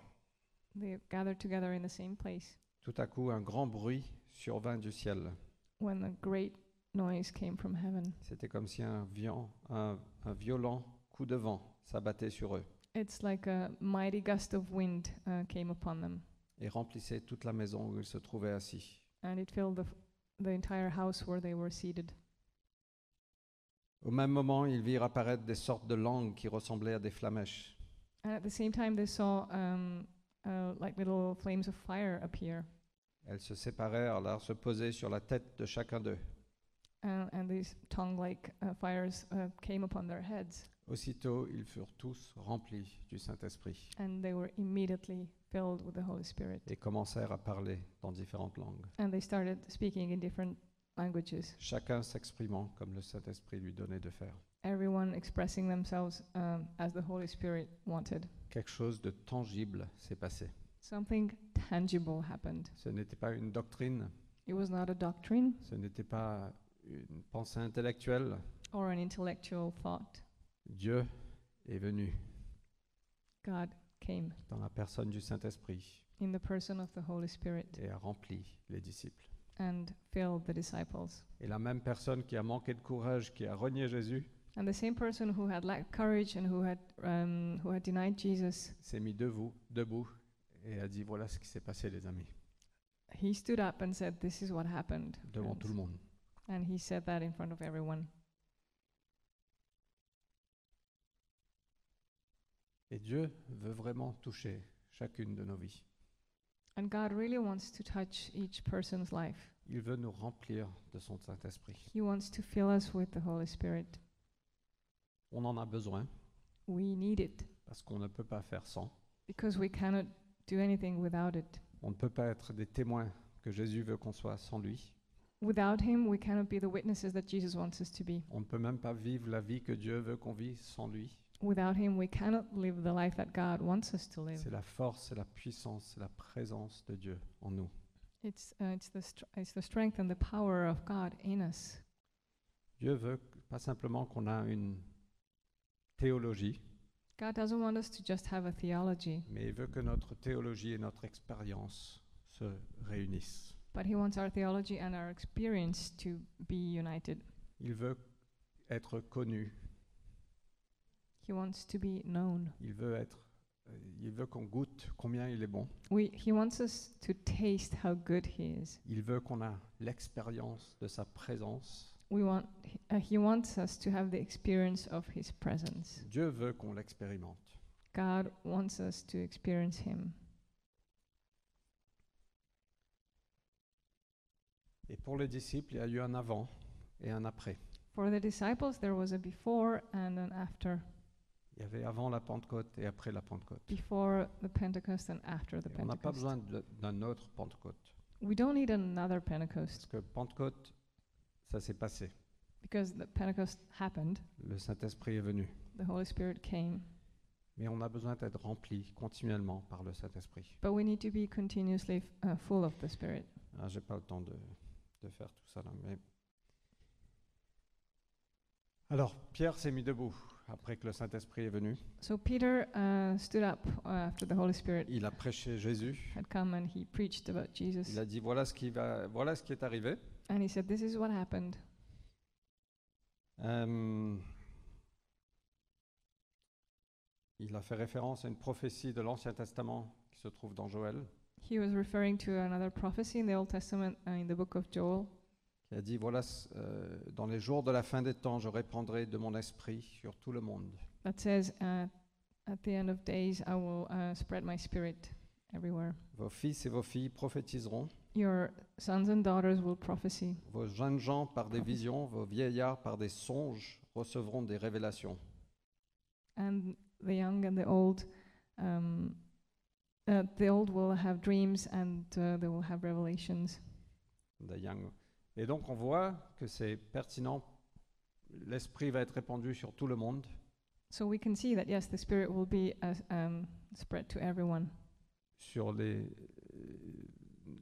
S2: They gathered together in the same place
S3: Tout à coup, un grand bruit survint du ciel.
S2: when a great noise came from heaven.
S3: C'était comme si un, vian- un- un violent coup de vent s'abattait sur eux
S2: It's like a mighty gust of wind uh, came upon them,
S3: et remplissait toute la maison où ils se trouvaient assis.
S2: and it filled the, f- the entire house where they were seated.
S3: Au même moment, ils virent apparaître des sortes de langues qui ressemblaient à des flamèches.
S2: And at the same time, they saw um, uh, like little flames of fire appear,
S3: Elles se séparèrent, là, se posaient sur la tête de chacun d'eux.
S2: uh, and these tongue-like uh, fires uh, came upon their heads,
S3: Aussitôt, ils furent tous remplis du Saint-Esprit
S2: and they were immediately filled with the Holy Spirit,
S3: et commencèrent à parler dans différentes langues,
S2: and they started speaking in different languages.
S3: chacun s'exprimant comme le Saint-Esprit lui donnait de faire.
S2: Everyone expressing themselves um, as the Holy Spirit wanted.
S3: Quelque chose de tangible s'est passé.
S2: Something tangible happened.
S3: Ce n'était pas une doctrine,
S2: It was not a doctrine
S3: ce n'était pas une pensée intellectuelle.
S2: or an intellectual thought.
S3: Dieu est venu
S2: God came
S3: dans la personne du Saint-Esprit
S2: in the person of the Holy Spirit
S3: et a rempli les disciples.
S2: and filled the disciples.
S3: Et la même personne qui a manqué de courage, qui a renié Jésus,
S2: And the same person who had lacked courage and who had um, who had denied Jesus,
S3: s'est mis debout, debout et a dit voilà ce qui s'est passé les amis,
S2: he stood up and said, "This is what happened."
S3: devant
S2: friends."
S3: tout le monde.
S2: And he said that in front of everyone.
S3: Et Dieu veut vraiment toucher chacune de nos vies.
S2: And God really wants to touch each person's life.
S3: Il veut nous remplir de son Saint-Esprit.
S2: He wants to fill us with the Holy Spirit.
S3: On en a besoin
S2: We need it
S3: parce qu'on ne peut pas faire sans.
S2: because we cannot do anything without it.
S3: On ne peut pas être des témoins que Jésus veut qu'on soit sans lui.
S2: Without him, we cannot be the witnesses that Jesus wants us to be.
S3: On ne peut même pas vivre la vie que Dieu veut qu'on vive sans lui.
S2: Without him, we cannot live the life that God wants us to live.
S3: C'est la force, c'est la puissance, c'est la présence de Dieu en nous.
S2: It's, uh, it's, the str- it's the strength and the power of God in us.
S3: Dieu veut que- pas simplement qu'on a une théologie,
S2: God doesn't want us to just have a theology,
S3: mais il veut que notre théologie et notre expérience se réunissent.
S2: but he wants our theology and our experience to be united.
S3: Il veut être connu,
S2: He wants to be known.
S3: il veut être euh, il veut qu'on goûte combien il est bon.
S2: We, he wants us to taste how good he is.
S3: Il veut qu'on a l'expérience de sa présence.
S2: We want, he- uh, he wants us to have the experience of his presence.
S3: Dieu veut qu'on l'expérimente.
S2: God wants us to experience him.
S3: Et pour les disciples, il y a eu un avant et un après.
S2: For the disciples, there was a before and an after.
S3: Il y avait avant la Pentecôte et après la Pentecôte.
S2: Before the Pentecost and after the
S3: Et on n'a pas
S2: Pentecost.
S3: besoin de- d'un autre Pentecôte.
S2: We don't need another Pentecost
S3: Parce que Pentecôte, ça s'est passé.
S2: because the Pentecost happened,
S3: Le Saint-Esprit est venu.
S2: the Holy Spirit came.
S3: Mais on a besoin d'être rempli continuellement par le Saint-Esprit.
S2: But we need to be continuously f- uh, full of the Spirit.
S3: Ah, J'ai pas le temps de, de faire tout ça là. Mais... Alors, Pierre s'est mis debout après que le Saint-Esprit est venu.
S2: So Peter uh, stood up uh, after the Holy Spirit
S3: Il a prêché Jésus.
S2: had come and he preached about Jesus.
S3: Il a dit voilà ce qui, va, voilà ce qui est arrivé.
S2: And he said, This is what happened.
S3: Euh, il a fait référence à une prophétie de l'Ancien Testament qui se trouve dans Joël,
S2: He was referring to another prophecy in the Old Testament, uh, in the book of Joel,
S3: qui a dit Voilà, ce- euh, dans les jours de la fin des temps, je répandrai de mon esprit sur tout le monde.
S2: that says, uh, At the end of days, I will uh, spread my Spirit everywhere.
S3: Vos fils et vos filles prophétiseront,
S2: Your sons and daughters will prophesy.
S3: vos jeunes gens par des
S2: Prophétie.
S3: visions, vos vieillards par des songes recevront des révélations.
S2: and the young and the old um, uh, the old will have dreams and uh, they will have revelations
S3: The young. Et donc, on voit que c'est pertinent. L'esprit va être répandu sur tout le monde.
S2: so we can see that yes the spirit will be uh, um, spread to everyone
S3: sur les, euh,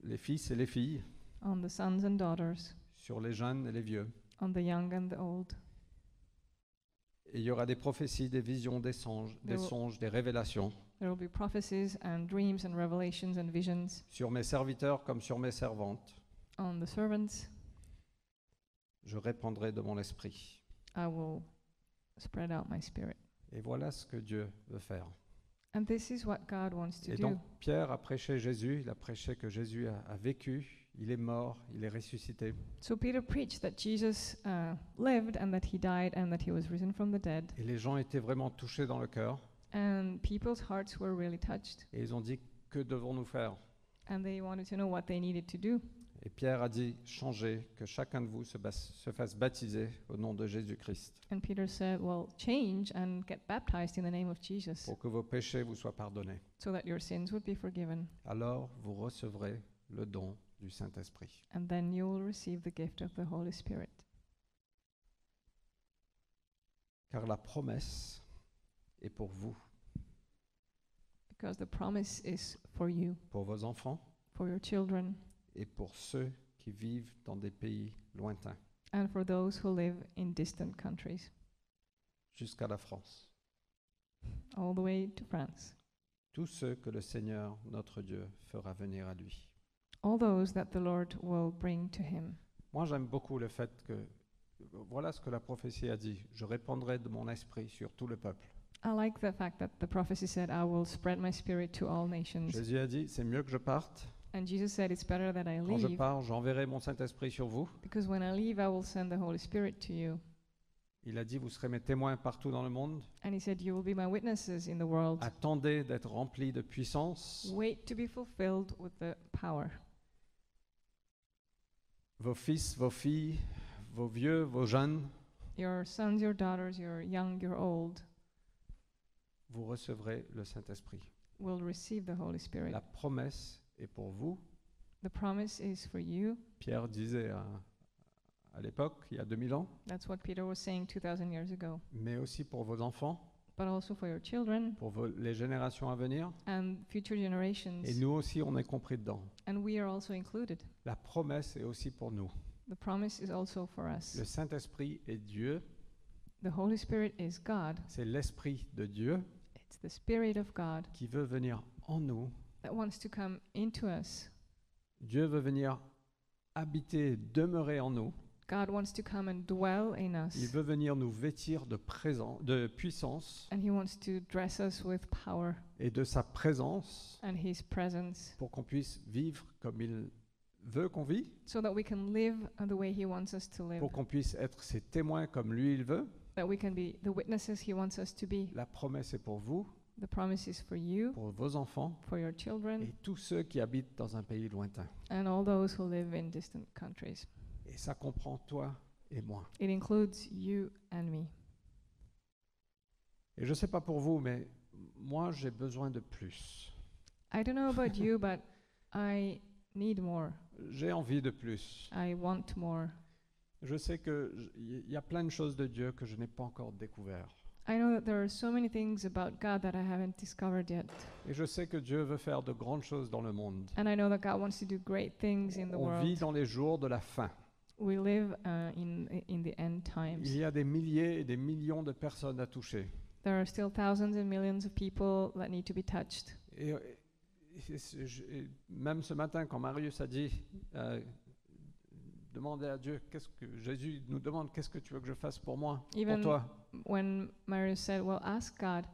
S3: les fils et les filles,
S2: on the sons and daughters,
S3: sur les jeunes et les vieux.
S2: on the young and the old.
S3: Et il y aura des prophéties, des visions, des songes, des
S2: There will-
S3: songes, des révélations
S2: There will be prophecies and dreams and revelations and visions
S3: sur mes serviteurs comme sur mes servantes.
S2: on the servants.
S3: Je répandrai de mon esprit.
S2: I will spread out my spirit.
S3: Et voilà ce que Dieu veut faire.
S2: And this is what God wants to
S3: Et
S2: do.
S3: donc Pierre a prêché Jésus, il a prêché que Jésus a, a vécu, il est mort, il est ressuscité.
S2: So Peter preached that Jesus uh, lived and that he died and that he was risen from the dead.
S3: Et les gens étaient vraiment touchés dans le cœur
S2: And people's hearts were really touched
S3: et ils ont dit, que devons-nous faire
S2: and they wanted to know what they needed to do.
S3: Et Pierre a dit, changez, que chacun de vous se, bas- se fasse baptiser au nom de Jésus-Christ,
S2: And Peter said, Well, change and get baptized in the name of Jesus
S3: pour que vos péchés vous soient pardonnés.
S2: so that your sins would be forgiven.
S3: Alors vous recevrez le don du Saint-Esprit.
S2: And then you will receive the gift of the Holy Spirit.
S3: Car la promesse est pour vous,
S2: Because the promise is for you,
S3: pour vos enfants
S2: for your children,
S3: et pour ceux qui vivent dans des pays lointains,
S2: and for those who live in distant countries,
S3: jusqu'à la France.
S2: all the way to France.
S3: Tous ceux que le Seigneur, notre Dieu, fera venir à lui.
S2: All those that the Lord will bring to him.
S3: Moi, j'aime beaucoup le fait que... Voilà ce que la prophétie a dit. Je répandrai de mon esprit sur tout le peuple.
S2: I like the fact that the prophecy said, I will spread my spirit to all nations.
S3: Jésus a dit, c'est mieux que je parte
S2: And Jesus said, It's better that I
S3: Quand je
S2: leave,
S3: pars, j'enverrai mon Saint-Esprit sur vous.
S2: because when I leave, I will send the Holy Spirit to you.
S3: Il a dit, vous serez mes témoins partout dans le monde.
S2: And he said, You will be my witnesses in the world.
S3: Ah. Attendez d'être remplis de puissance.
S2: Wait to be fulfilled with the power.
S3: Vos fils, vos filles, vos vieux, vos jeunes,
S2: Your sons, your daughters, your young, your old,
S3: vous recevrez le Saint-Esprit.
S2: will receive the Holy Spirit.
S3: La promesse est pour vous.
S2: The promise is for you.
S3: Pierre disait à, à l'époque, il y a 2000 ans,
S2: That's what Peter was saying 2,000 years ago.
S3: mais aussi pour vos enfants,
S2: But also for your children
S3: pour vos- les générations à venir.
S2: and future
S3: Et
S2: generations.
S3: nous aussi, on est compris dedans.
S2: And we are also included.
S3: La promesse est aussi pour nous.
S2: The promise is also for us.
S3: Le Saint-Esprit est Dieu,
S2: The Holy Spirit is God.
S3: c'est l'Esprit de Dieu
S2: It's the Spirit of God
S3: qui veut venir en nous
S2: that wants to come into us.
S3: Dieu veut venir habiter, demeurer en nous.
S2: God wants to come and dwell in us.
S3: Il veut venir nous vêtir de, présence, de puissance
S2: And He wants to dress us with power
S3: et de sa présence
S2: and His presence
S3: pour qu'on puisse vivre comme il veut qu'on vit,
S2: so that we can live the way He wants us to live,
S3: pour qu'on puisse être ses témoins comme lui il veut.
S2: that we can be the witnesses He wants us to be.
S3: La promesse est pour vous,
S2: The promise is for you,
S3: pour vos enfants
S2: for your children,
S3: et tous ceux qui habitent dans un pays lointain.
S2: and all those who live in distant countries.
S3: Et ça comprend toi et moi.
S2: It includes you and me.
S3: Et je ne sais pas pour vous, mais moi j'ai besoin de plus.
S2: I don't know about you, but I need more.
S3: J'ai envie de plus.
S2: I want more.
S3: Je sais qu'il y a plein de choses de Dieu que je n'ai pas encore découvert.
S2: I know that there are so many things about God that I haven't discovered yet.
S3: Et je sais que Dieu veut faire de grandes choses dans le monde.
S2: And I know that God wants to do great things in the
S3: On vit
S2: world.
S3: dans les jours de la fin.
S2: We live uh, in in the end times.
S3: Il y a des milliers et des millions de personnes à toucher.
S2: There are still thousands and millions of people that need to be touched.
S3: Et, et c'est- je- et même ce matin, quand Marius a dit, euh, demandez à Dieu, qu'est-ce que Jésus nous demande, qu'est-ce que tu veux que je fasse pour moi, pour
S2: Even-
S3: toi
S2: When Marius said, "Well, ask God,"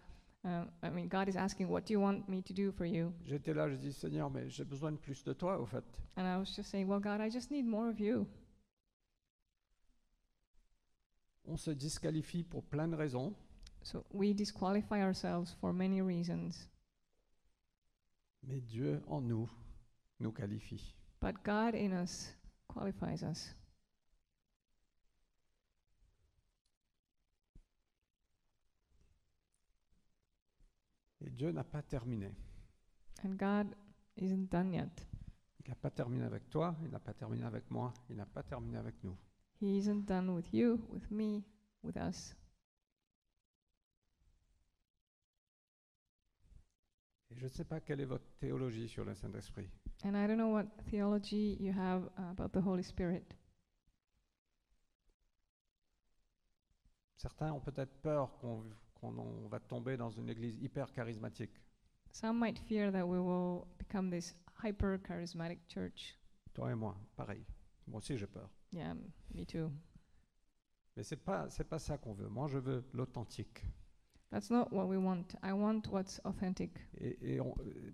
S2: uh, I mean, God is asking, "What do you want me to do for you?"
S3: J'étais là, je dis Seigneur, mais j'ai besoin de plus de toi, au fait.
S2: And I was just saying, "Well, God, I just need more of you."
S3: On se disqualifie pour plein de raisons,
S2: So we disqualify ourselves for many reasons,
S3: mais Dieu en nous nous qualifie.
S2: but God in us qualifies us.
S3: Et Dieu n'a pas terminé.
S2: And God isn't done yet.
S3: Il n'a pas terminé avec toi, il n'a pas terminé avec moi, il n'a pas terminé avec nous.
S2: He isn't done with you, with me, with us.
S3: Et je ne sais pas quelle est votre théologie sur le Saint-Esprit.
S2: And I don't know what theology you have about the Holy Spirit.
S3: Certains ont peut-être peur qu'on qu'on en- va tomber dans une église hyper charismatique.
S2: Some might fear that we will become this hyper charismatic church.
S3: Toi et moi, pareil. Moi aussi, j'ai peur.
S2: Yeah, m- me too.
S3: Mais c'est pas c'est pas ça qu'on veut. Moi, je veux l'authentique.
S2: That's not what we want. I want what's authentic.
S3: Et, et on- euh,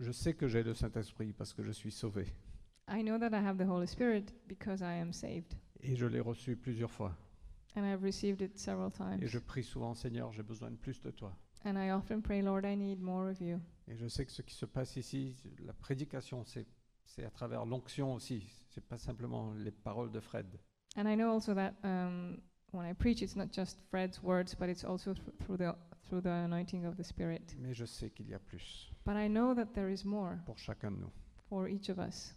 S3: je sais que j'ai le Saint-Esprit parce que je suis sauvé.
S2: I know that I have the Holy Spirit because I am saved.
S3: Et je l'ai reçu plusieurs fois.
S2: And I've received it several times.
S3: Et je prie souvent, Seigneur, j'ai besoin de plus de toi.
S2: And I often pray, Lord, I need more of you.
S3: Et je sais que ce qui se passe ici, la prédication, c'est c'est à travers l'onction aussi. C'est pas simplement les paroles de Fred.
S2: And I know also that um, when I preach, it's not just Fred's words, but it's also thr- through the through the anointing of the Spirit.
S3: Mais je sais qu'il y a plus
S2: But I know that there is more
S3: pour chacun de nous.
S2: for each of us.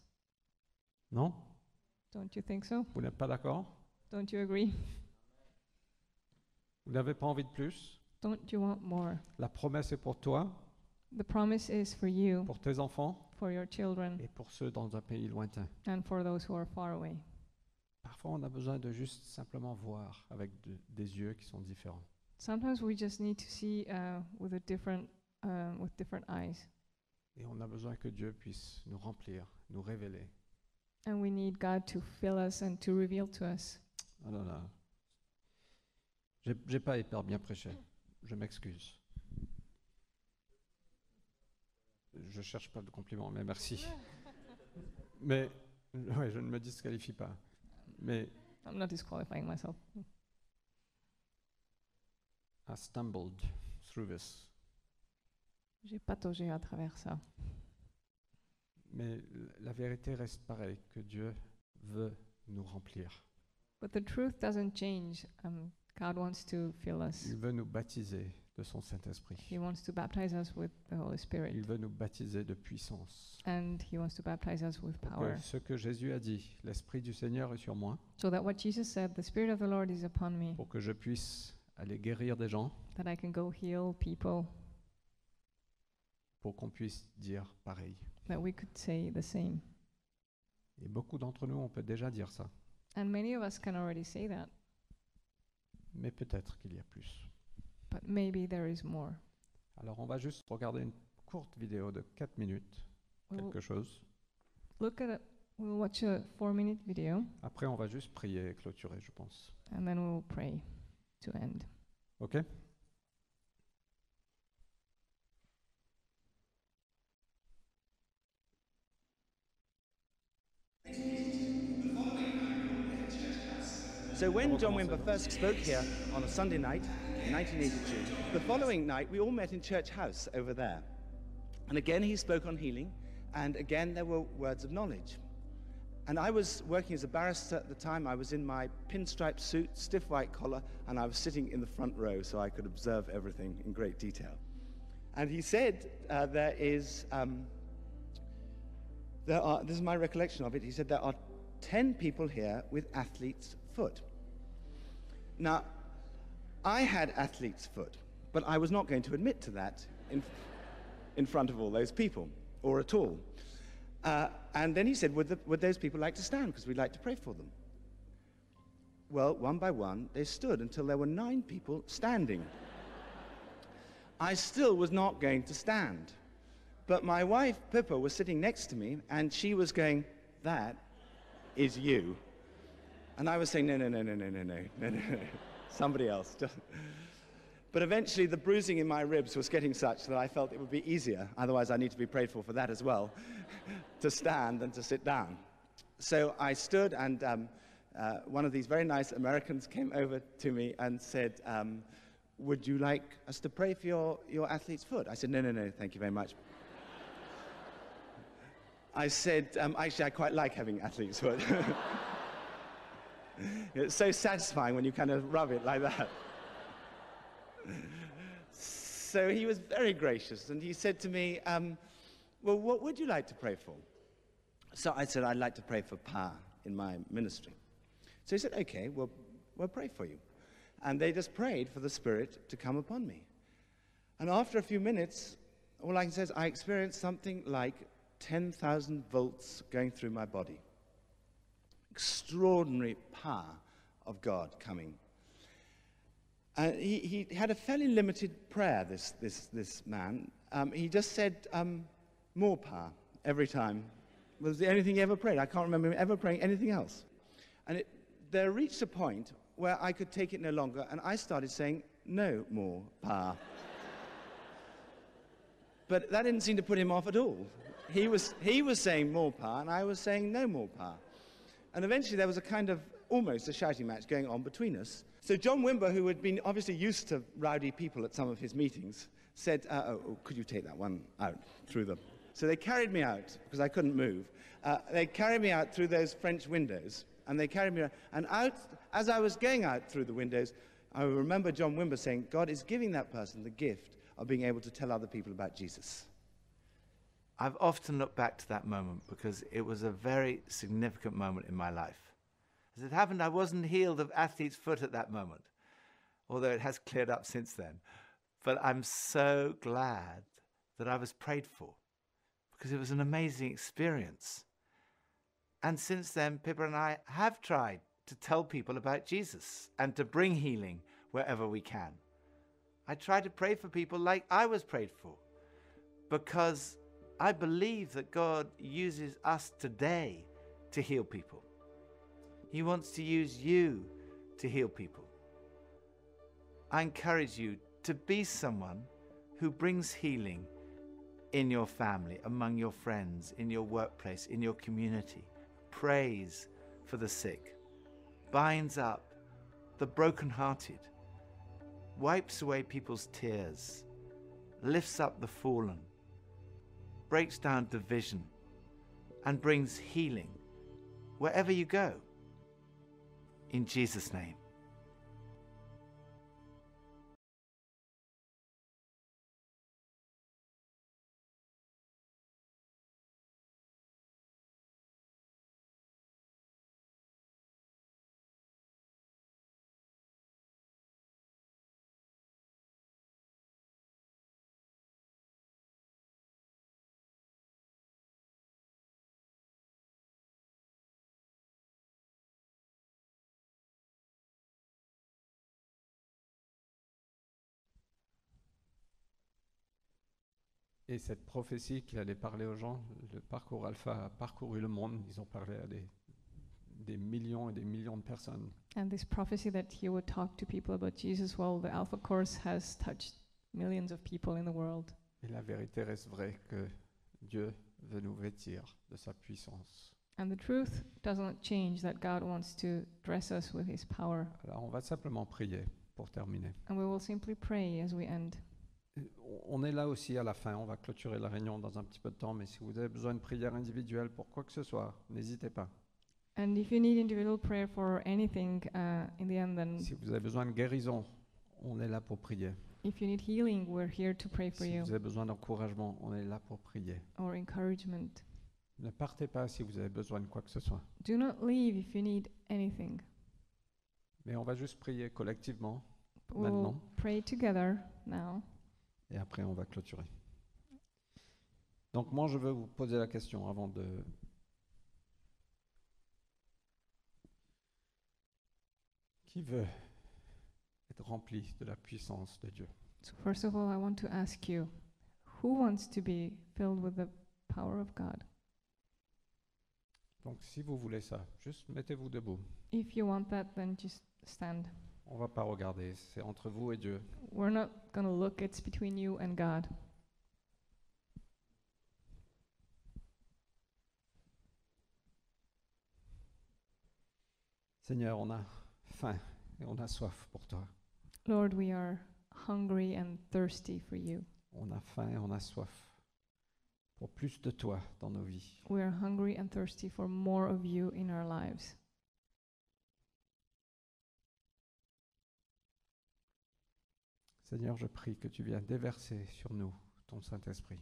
S3: Non
S2: Don't you think so?
S3: Vous n'êtes pas d'accord
S2: Don't you agree?
S3: Vous n'avez pas envie de plus
S2: Don't you want more?
S3: La promesse est pour toi,
S2: The promise is for you,
S3: pour tes enfants
S2: for your children,
S3: et pour ceux dans un pays lointain.
S2: and for those who are far away.
S3: Parfois, on a besoin de juste simplement voir avec de- des yeux qui sont différents.
S2: Sometimes we just need to see uh, with a different um, with different eyes,
S3: Et on a besoin que Dieu puisse nous remplir, nous révéler.
S2: and we need God to fill us and to reveal to us.
S3: Ah là là. J'ai j'ai pas hyper bien prêché. Je m'excuse. Je cherche pas de compliments, mais merci. Mais ouais, je ne me disqualifie pas. Mais
S2: I'm not disqualifying myself.
S3: I stumbled through this.
S2: J'ai pataugé à travers ça.
S3: Mais la vérité reste pareille, que Dieu veut nous remplir.
S2: But the truth doesn't change. Um, God wants to fill us.
S3: Il veut nous baptiser de son Saint-Esprit.
S2: He wants to baptize us with the Holy Spirit,
S3: Il veut nous baptiser de puissance.
S2: and He wants to baptize us with
S3: Pour que
S2: power.
S3: ce que Jésus a dit, l'Esprit du Seigneur est sur moi,
S2: So that what Jesus said, the Spirit of the Lord is upon me,
S3: pour que je puisse aller guérir des gens,
S2: that I can go heal people,
S3: pour qu'on puisse dire pareil.
S2: that we could say the same.
S3: Et beaucoup d'entre nous, on peut déjà dire ça.
S2: And many of us can already say that,
S3: Mais peut-être qu'il y a plus.
S2: but maybe there is more.
S3: Alors on va juste regarder une courte vidéo de 4 minutes,
S2: We will
S3: quelque chose.
S2: look at it. We'll watch a four-minute video,
S3: Après, on va juste prier et clôturer, je pense.
S2: and then we'll pray to end.
S3: OK
S4: So when John Wimber first spoke here on a Sunday night in 1982, the following night we all met in Church House over there. And again he spoke on healing, and again there were words of knowledge. And I was working as a barrister at the time. I was in my pinstripe suit, stiff white collar, and I was sitting in the front row so I could observe everything in great detail. And he said, uh, there is um, there are, this is my recollection of it, he said there are 10 people here with athlete's foot. Now, I had athlete's foot, but I was not going to admit to that in, in front of all those people, or at all. Uh, and then he said, would, the, would those people like to stand? Because we'd like to pray for them. Well, one by one, they stood until there were nine people standing. I still was not going to stand. But my wife, Pippa, was sitting next to me and she was going, That is you. And I was saying, No, no, no, no, no, no, no, no, no, no. Somebody else. Just- But eventually the bruising in my ribs was getting such that I felt it would be easier, otherwise, I need to be prayed for for that as well, to stand than to sit down. So I stood and um, uh, one of these very nice Americans came over to me and said, um, would you like us to pray for your, your athlete's foot? I said, no, no, no, thank you very much. I said, um, actually, I quite like having athlete's foot. it's so satisfying when you kind of rub it like that. so he was very gracious, and he said to me, um, well, what would you like to pray for? So I said, I'd like to pray for power in my ministry. So he said, okay, we'll, we'll pray for you. And they just prayed for the Spirit to come upon me. And after a few minutes, all I can say is I experienced something like 10,000 volts going through my body. Extraordinary power of God coming. Uh, he, he had a fairly limited prayer, this, this, this man. Um, he just said, um, more power every time. It was the only thing he ever prayed. I can't remember him ever praying anything else. And it, there reached a point where I could take it no longer, and I started saying, no more power. But that didn't seem to put him off at all. He was, he was saying more power, and I was saying no more power. And eventually there was a kind of almost a shouting match going on between us. So John Wimber, who had been obviously used to rowdy people at some of his meetings, said, uh, oh, oh, could you take that one out through the... So they carried me out, because I couldn't move. Uh, they carried me out through those French windows, and they carried me out. And out, as I was going out through the windows, I remember John Wimber saying, God is giving that person the gift of being able to tell other people about Jesus.
S5: I've often looked back to that moment because it was a very significant moment in my life. As it happened, I wasn't healed of athlete's foot at that moment, although it has cleared up since then. But I'm so glad that I was prayed for because it was an amazing experience. And since then, Pippa and I have tried to tell people about Jesus and to bring healing wherever we can. I try to pray for people like I was prayed for because I believe that God uses us today to heal people. He wants to use you to heal people. I encourage you to be someone who brings healing in your family, among your friends, in your workplace, in your community, prays for the sick, binds up the brokenhearted, wipes away people's tears, lifts up the fallen, breaks down division, and brings healing wherever you go. In Jesus' name.
S3: Et cette prophétie qu'il allait parler aux gens, le parcours alpha a parcouru le monde. Ils ont parlé à des, des millions et des millions de personnes.
S2: And this prophecy that he would talk to people about Jesus, well, the Alpha Course has touched millions of people in the world.
S3: Et la vérité reste vraie que Dieu veut nous vêtir de sa puissance.
S2: And the truth doesn't change that God wants to dress us with his power.
S3: Alors on va simplement prier pour terminer.
S2: And we will simply pray as we end.
S3: On est là aussi à la fin, on va clôturer la réunion dans un petit peu de temps, mais si vous avez besoin de prière individuelle pour quoi que ce soit, n'hésitez pas.
S2: And if you need individual prayer for anything uh, in the end, then
S3: Si vous avez besoin de guérison, on est là pour prier.
S2: if you need healing, we're here to pray for
S3: Si
S2: you
S3: vous avez besoin d'encouragement, on est là pour prier.
S2: or encouragement.
S3: Ne partez pas si vous avez besoin de quoi que ce soit.
S2: Do not leave if you need anything.
S3: Mais on va juste prier collectivement
S2: We'll
S3: Maintenant.
S2: pray together now.
S3: et après on va clôturer. Donc moi je veux vous poser la question avant de... Qui veut être rempli de la puissance de Dieu
S2: So, first of all, I want to ask you who wants to be filled with the power of God?
S3: Donc si vous voulez ça, juste mettez-vous debout.
S2: If you want that, then just stand.
S3: On va pas regarder, c'est entre vous et Dieu.
S2: We're not going to look, it's between you and God.
S3: Seigneur, on a faim et on a soif pour toi.
S2: Lord, we are hungry and thirsty for you.
S3: On a faim et on a soif pour plus de toi dans nos vies.
S2: We are hungry and thirsty for more of you in our lives.
S3: Seigneur, je prie que tu viennes déverser sur nous ton Saint-Esprit.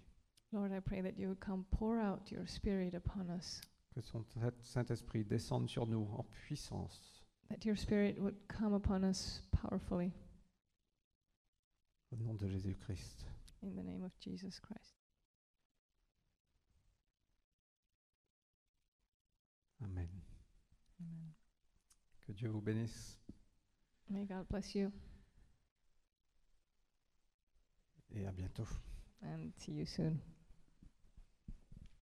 S2: Lord, I pray that you would come pour out your spirit upon us,
S3: Que son Saint- Saint-Esprit descende sur nous en puissance
S2: that your spirit would come upon us powerfully,
S3: Au nom de Jésus-Christ.
S2: in the name of Jesus Christ.
S3: Amen.
S2: Amen.
S3: Que Dieu vous bénisse
S2: May God bless you
S3: et à bientôt.
S2: and see you soon.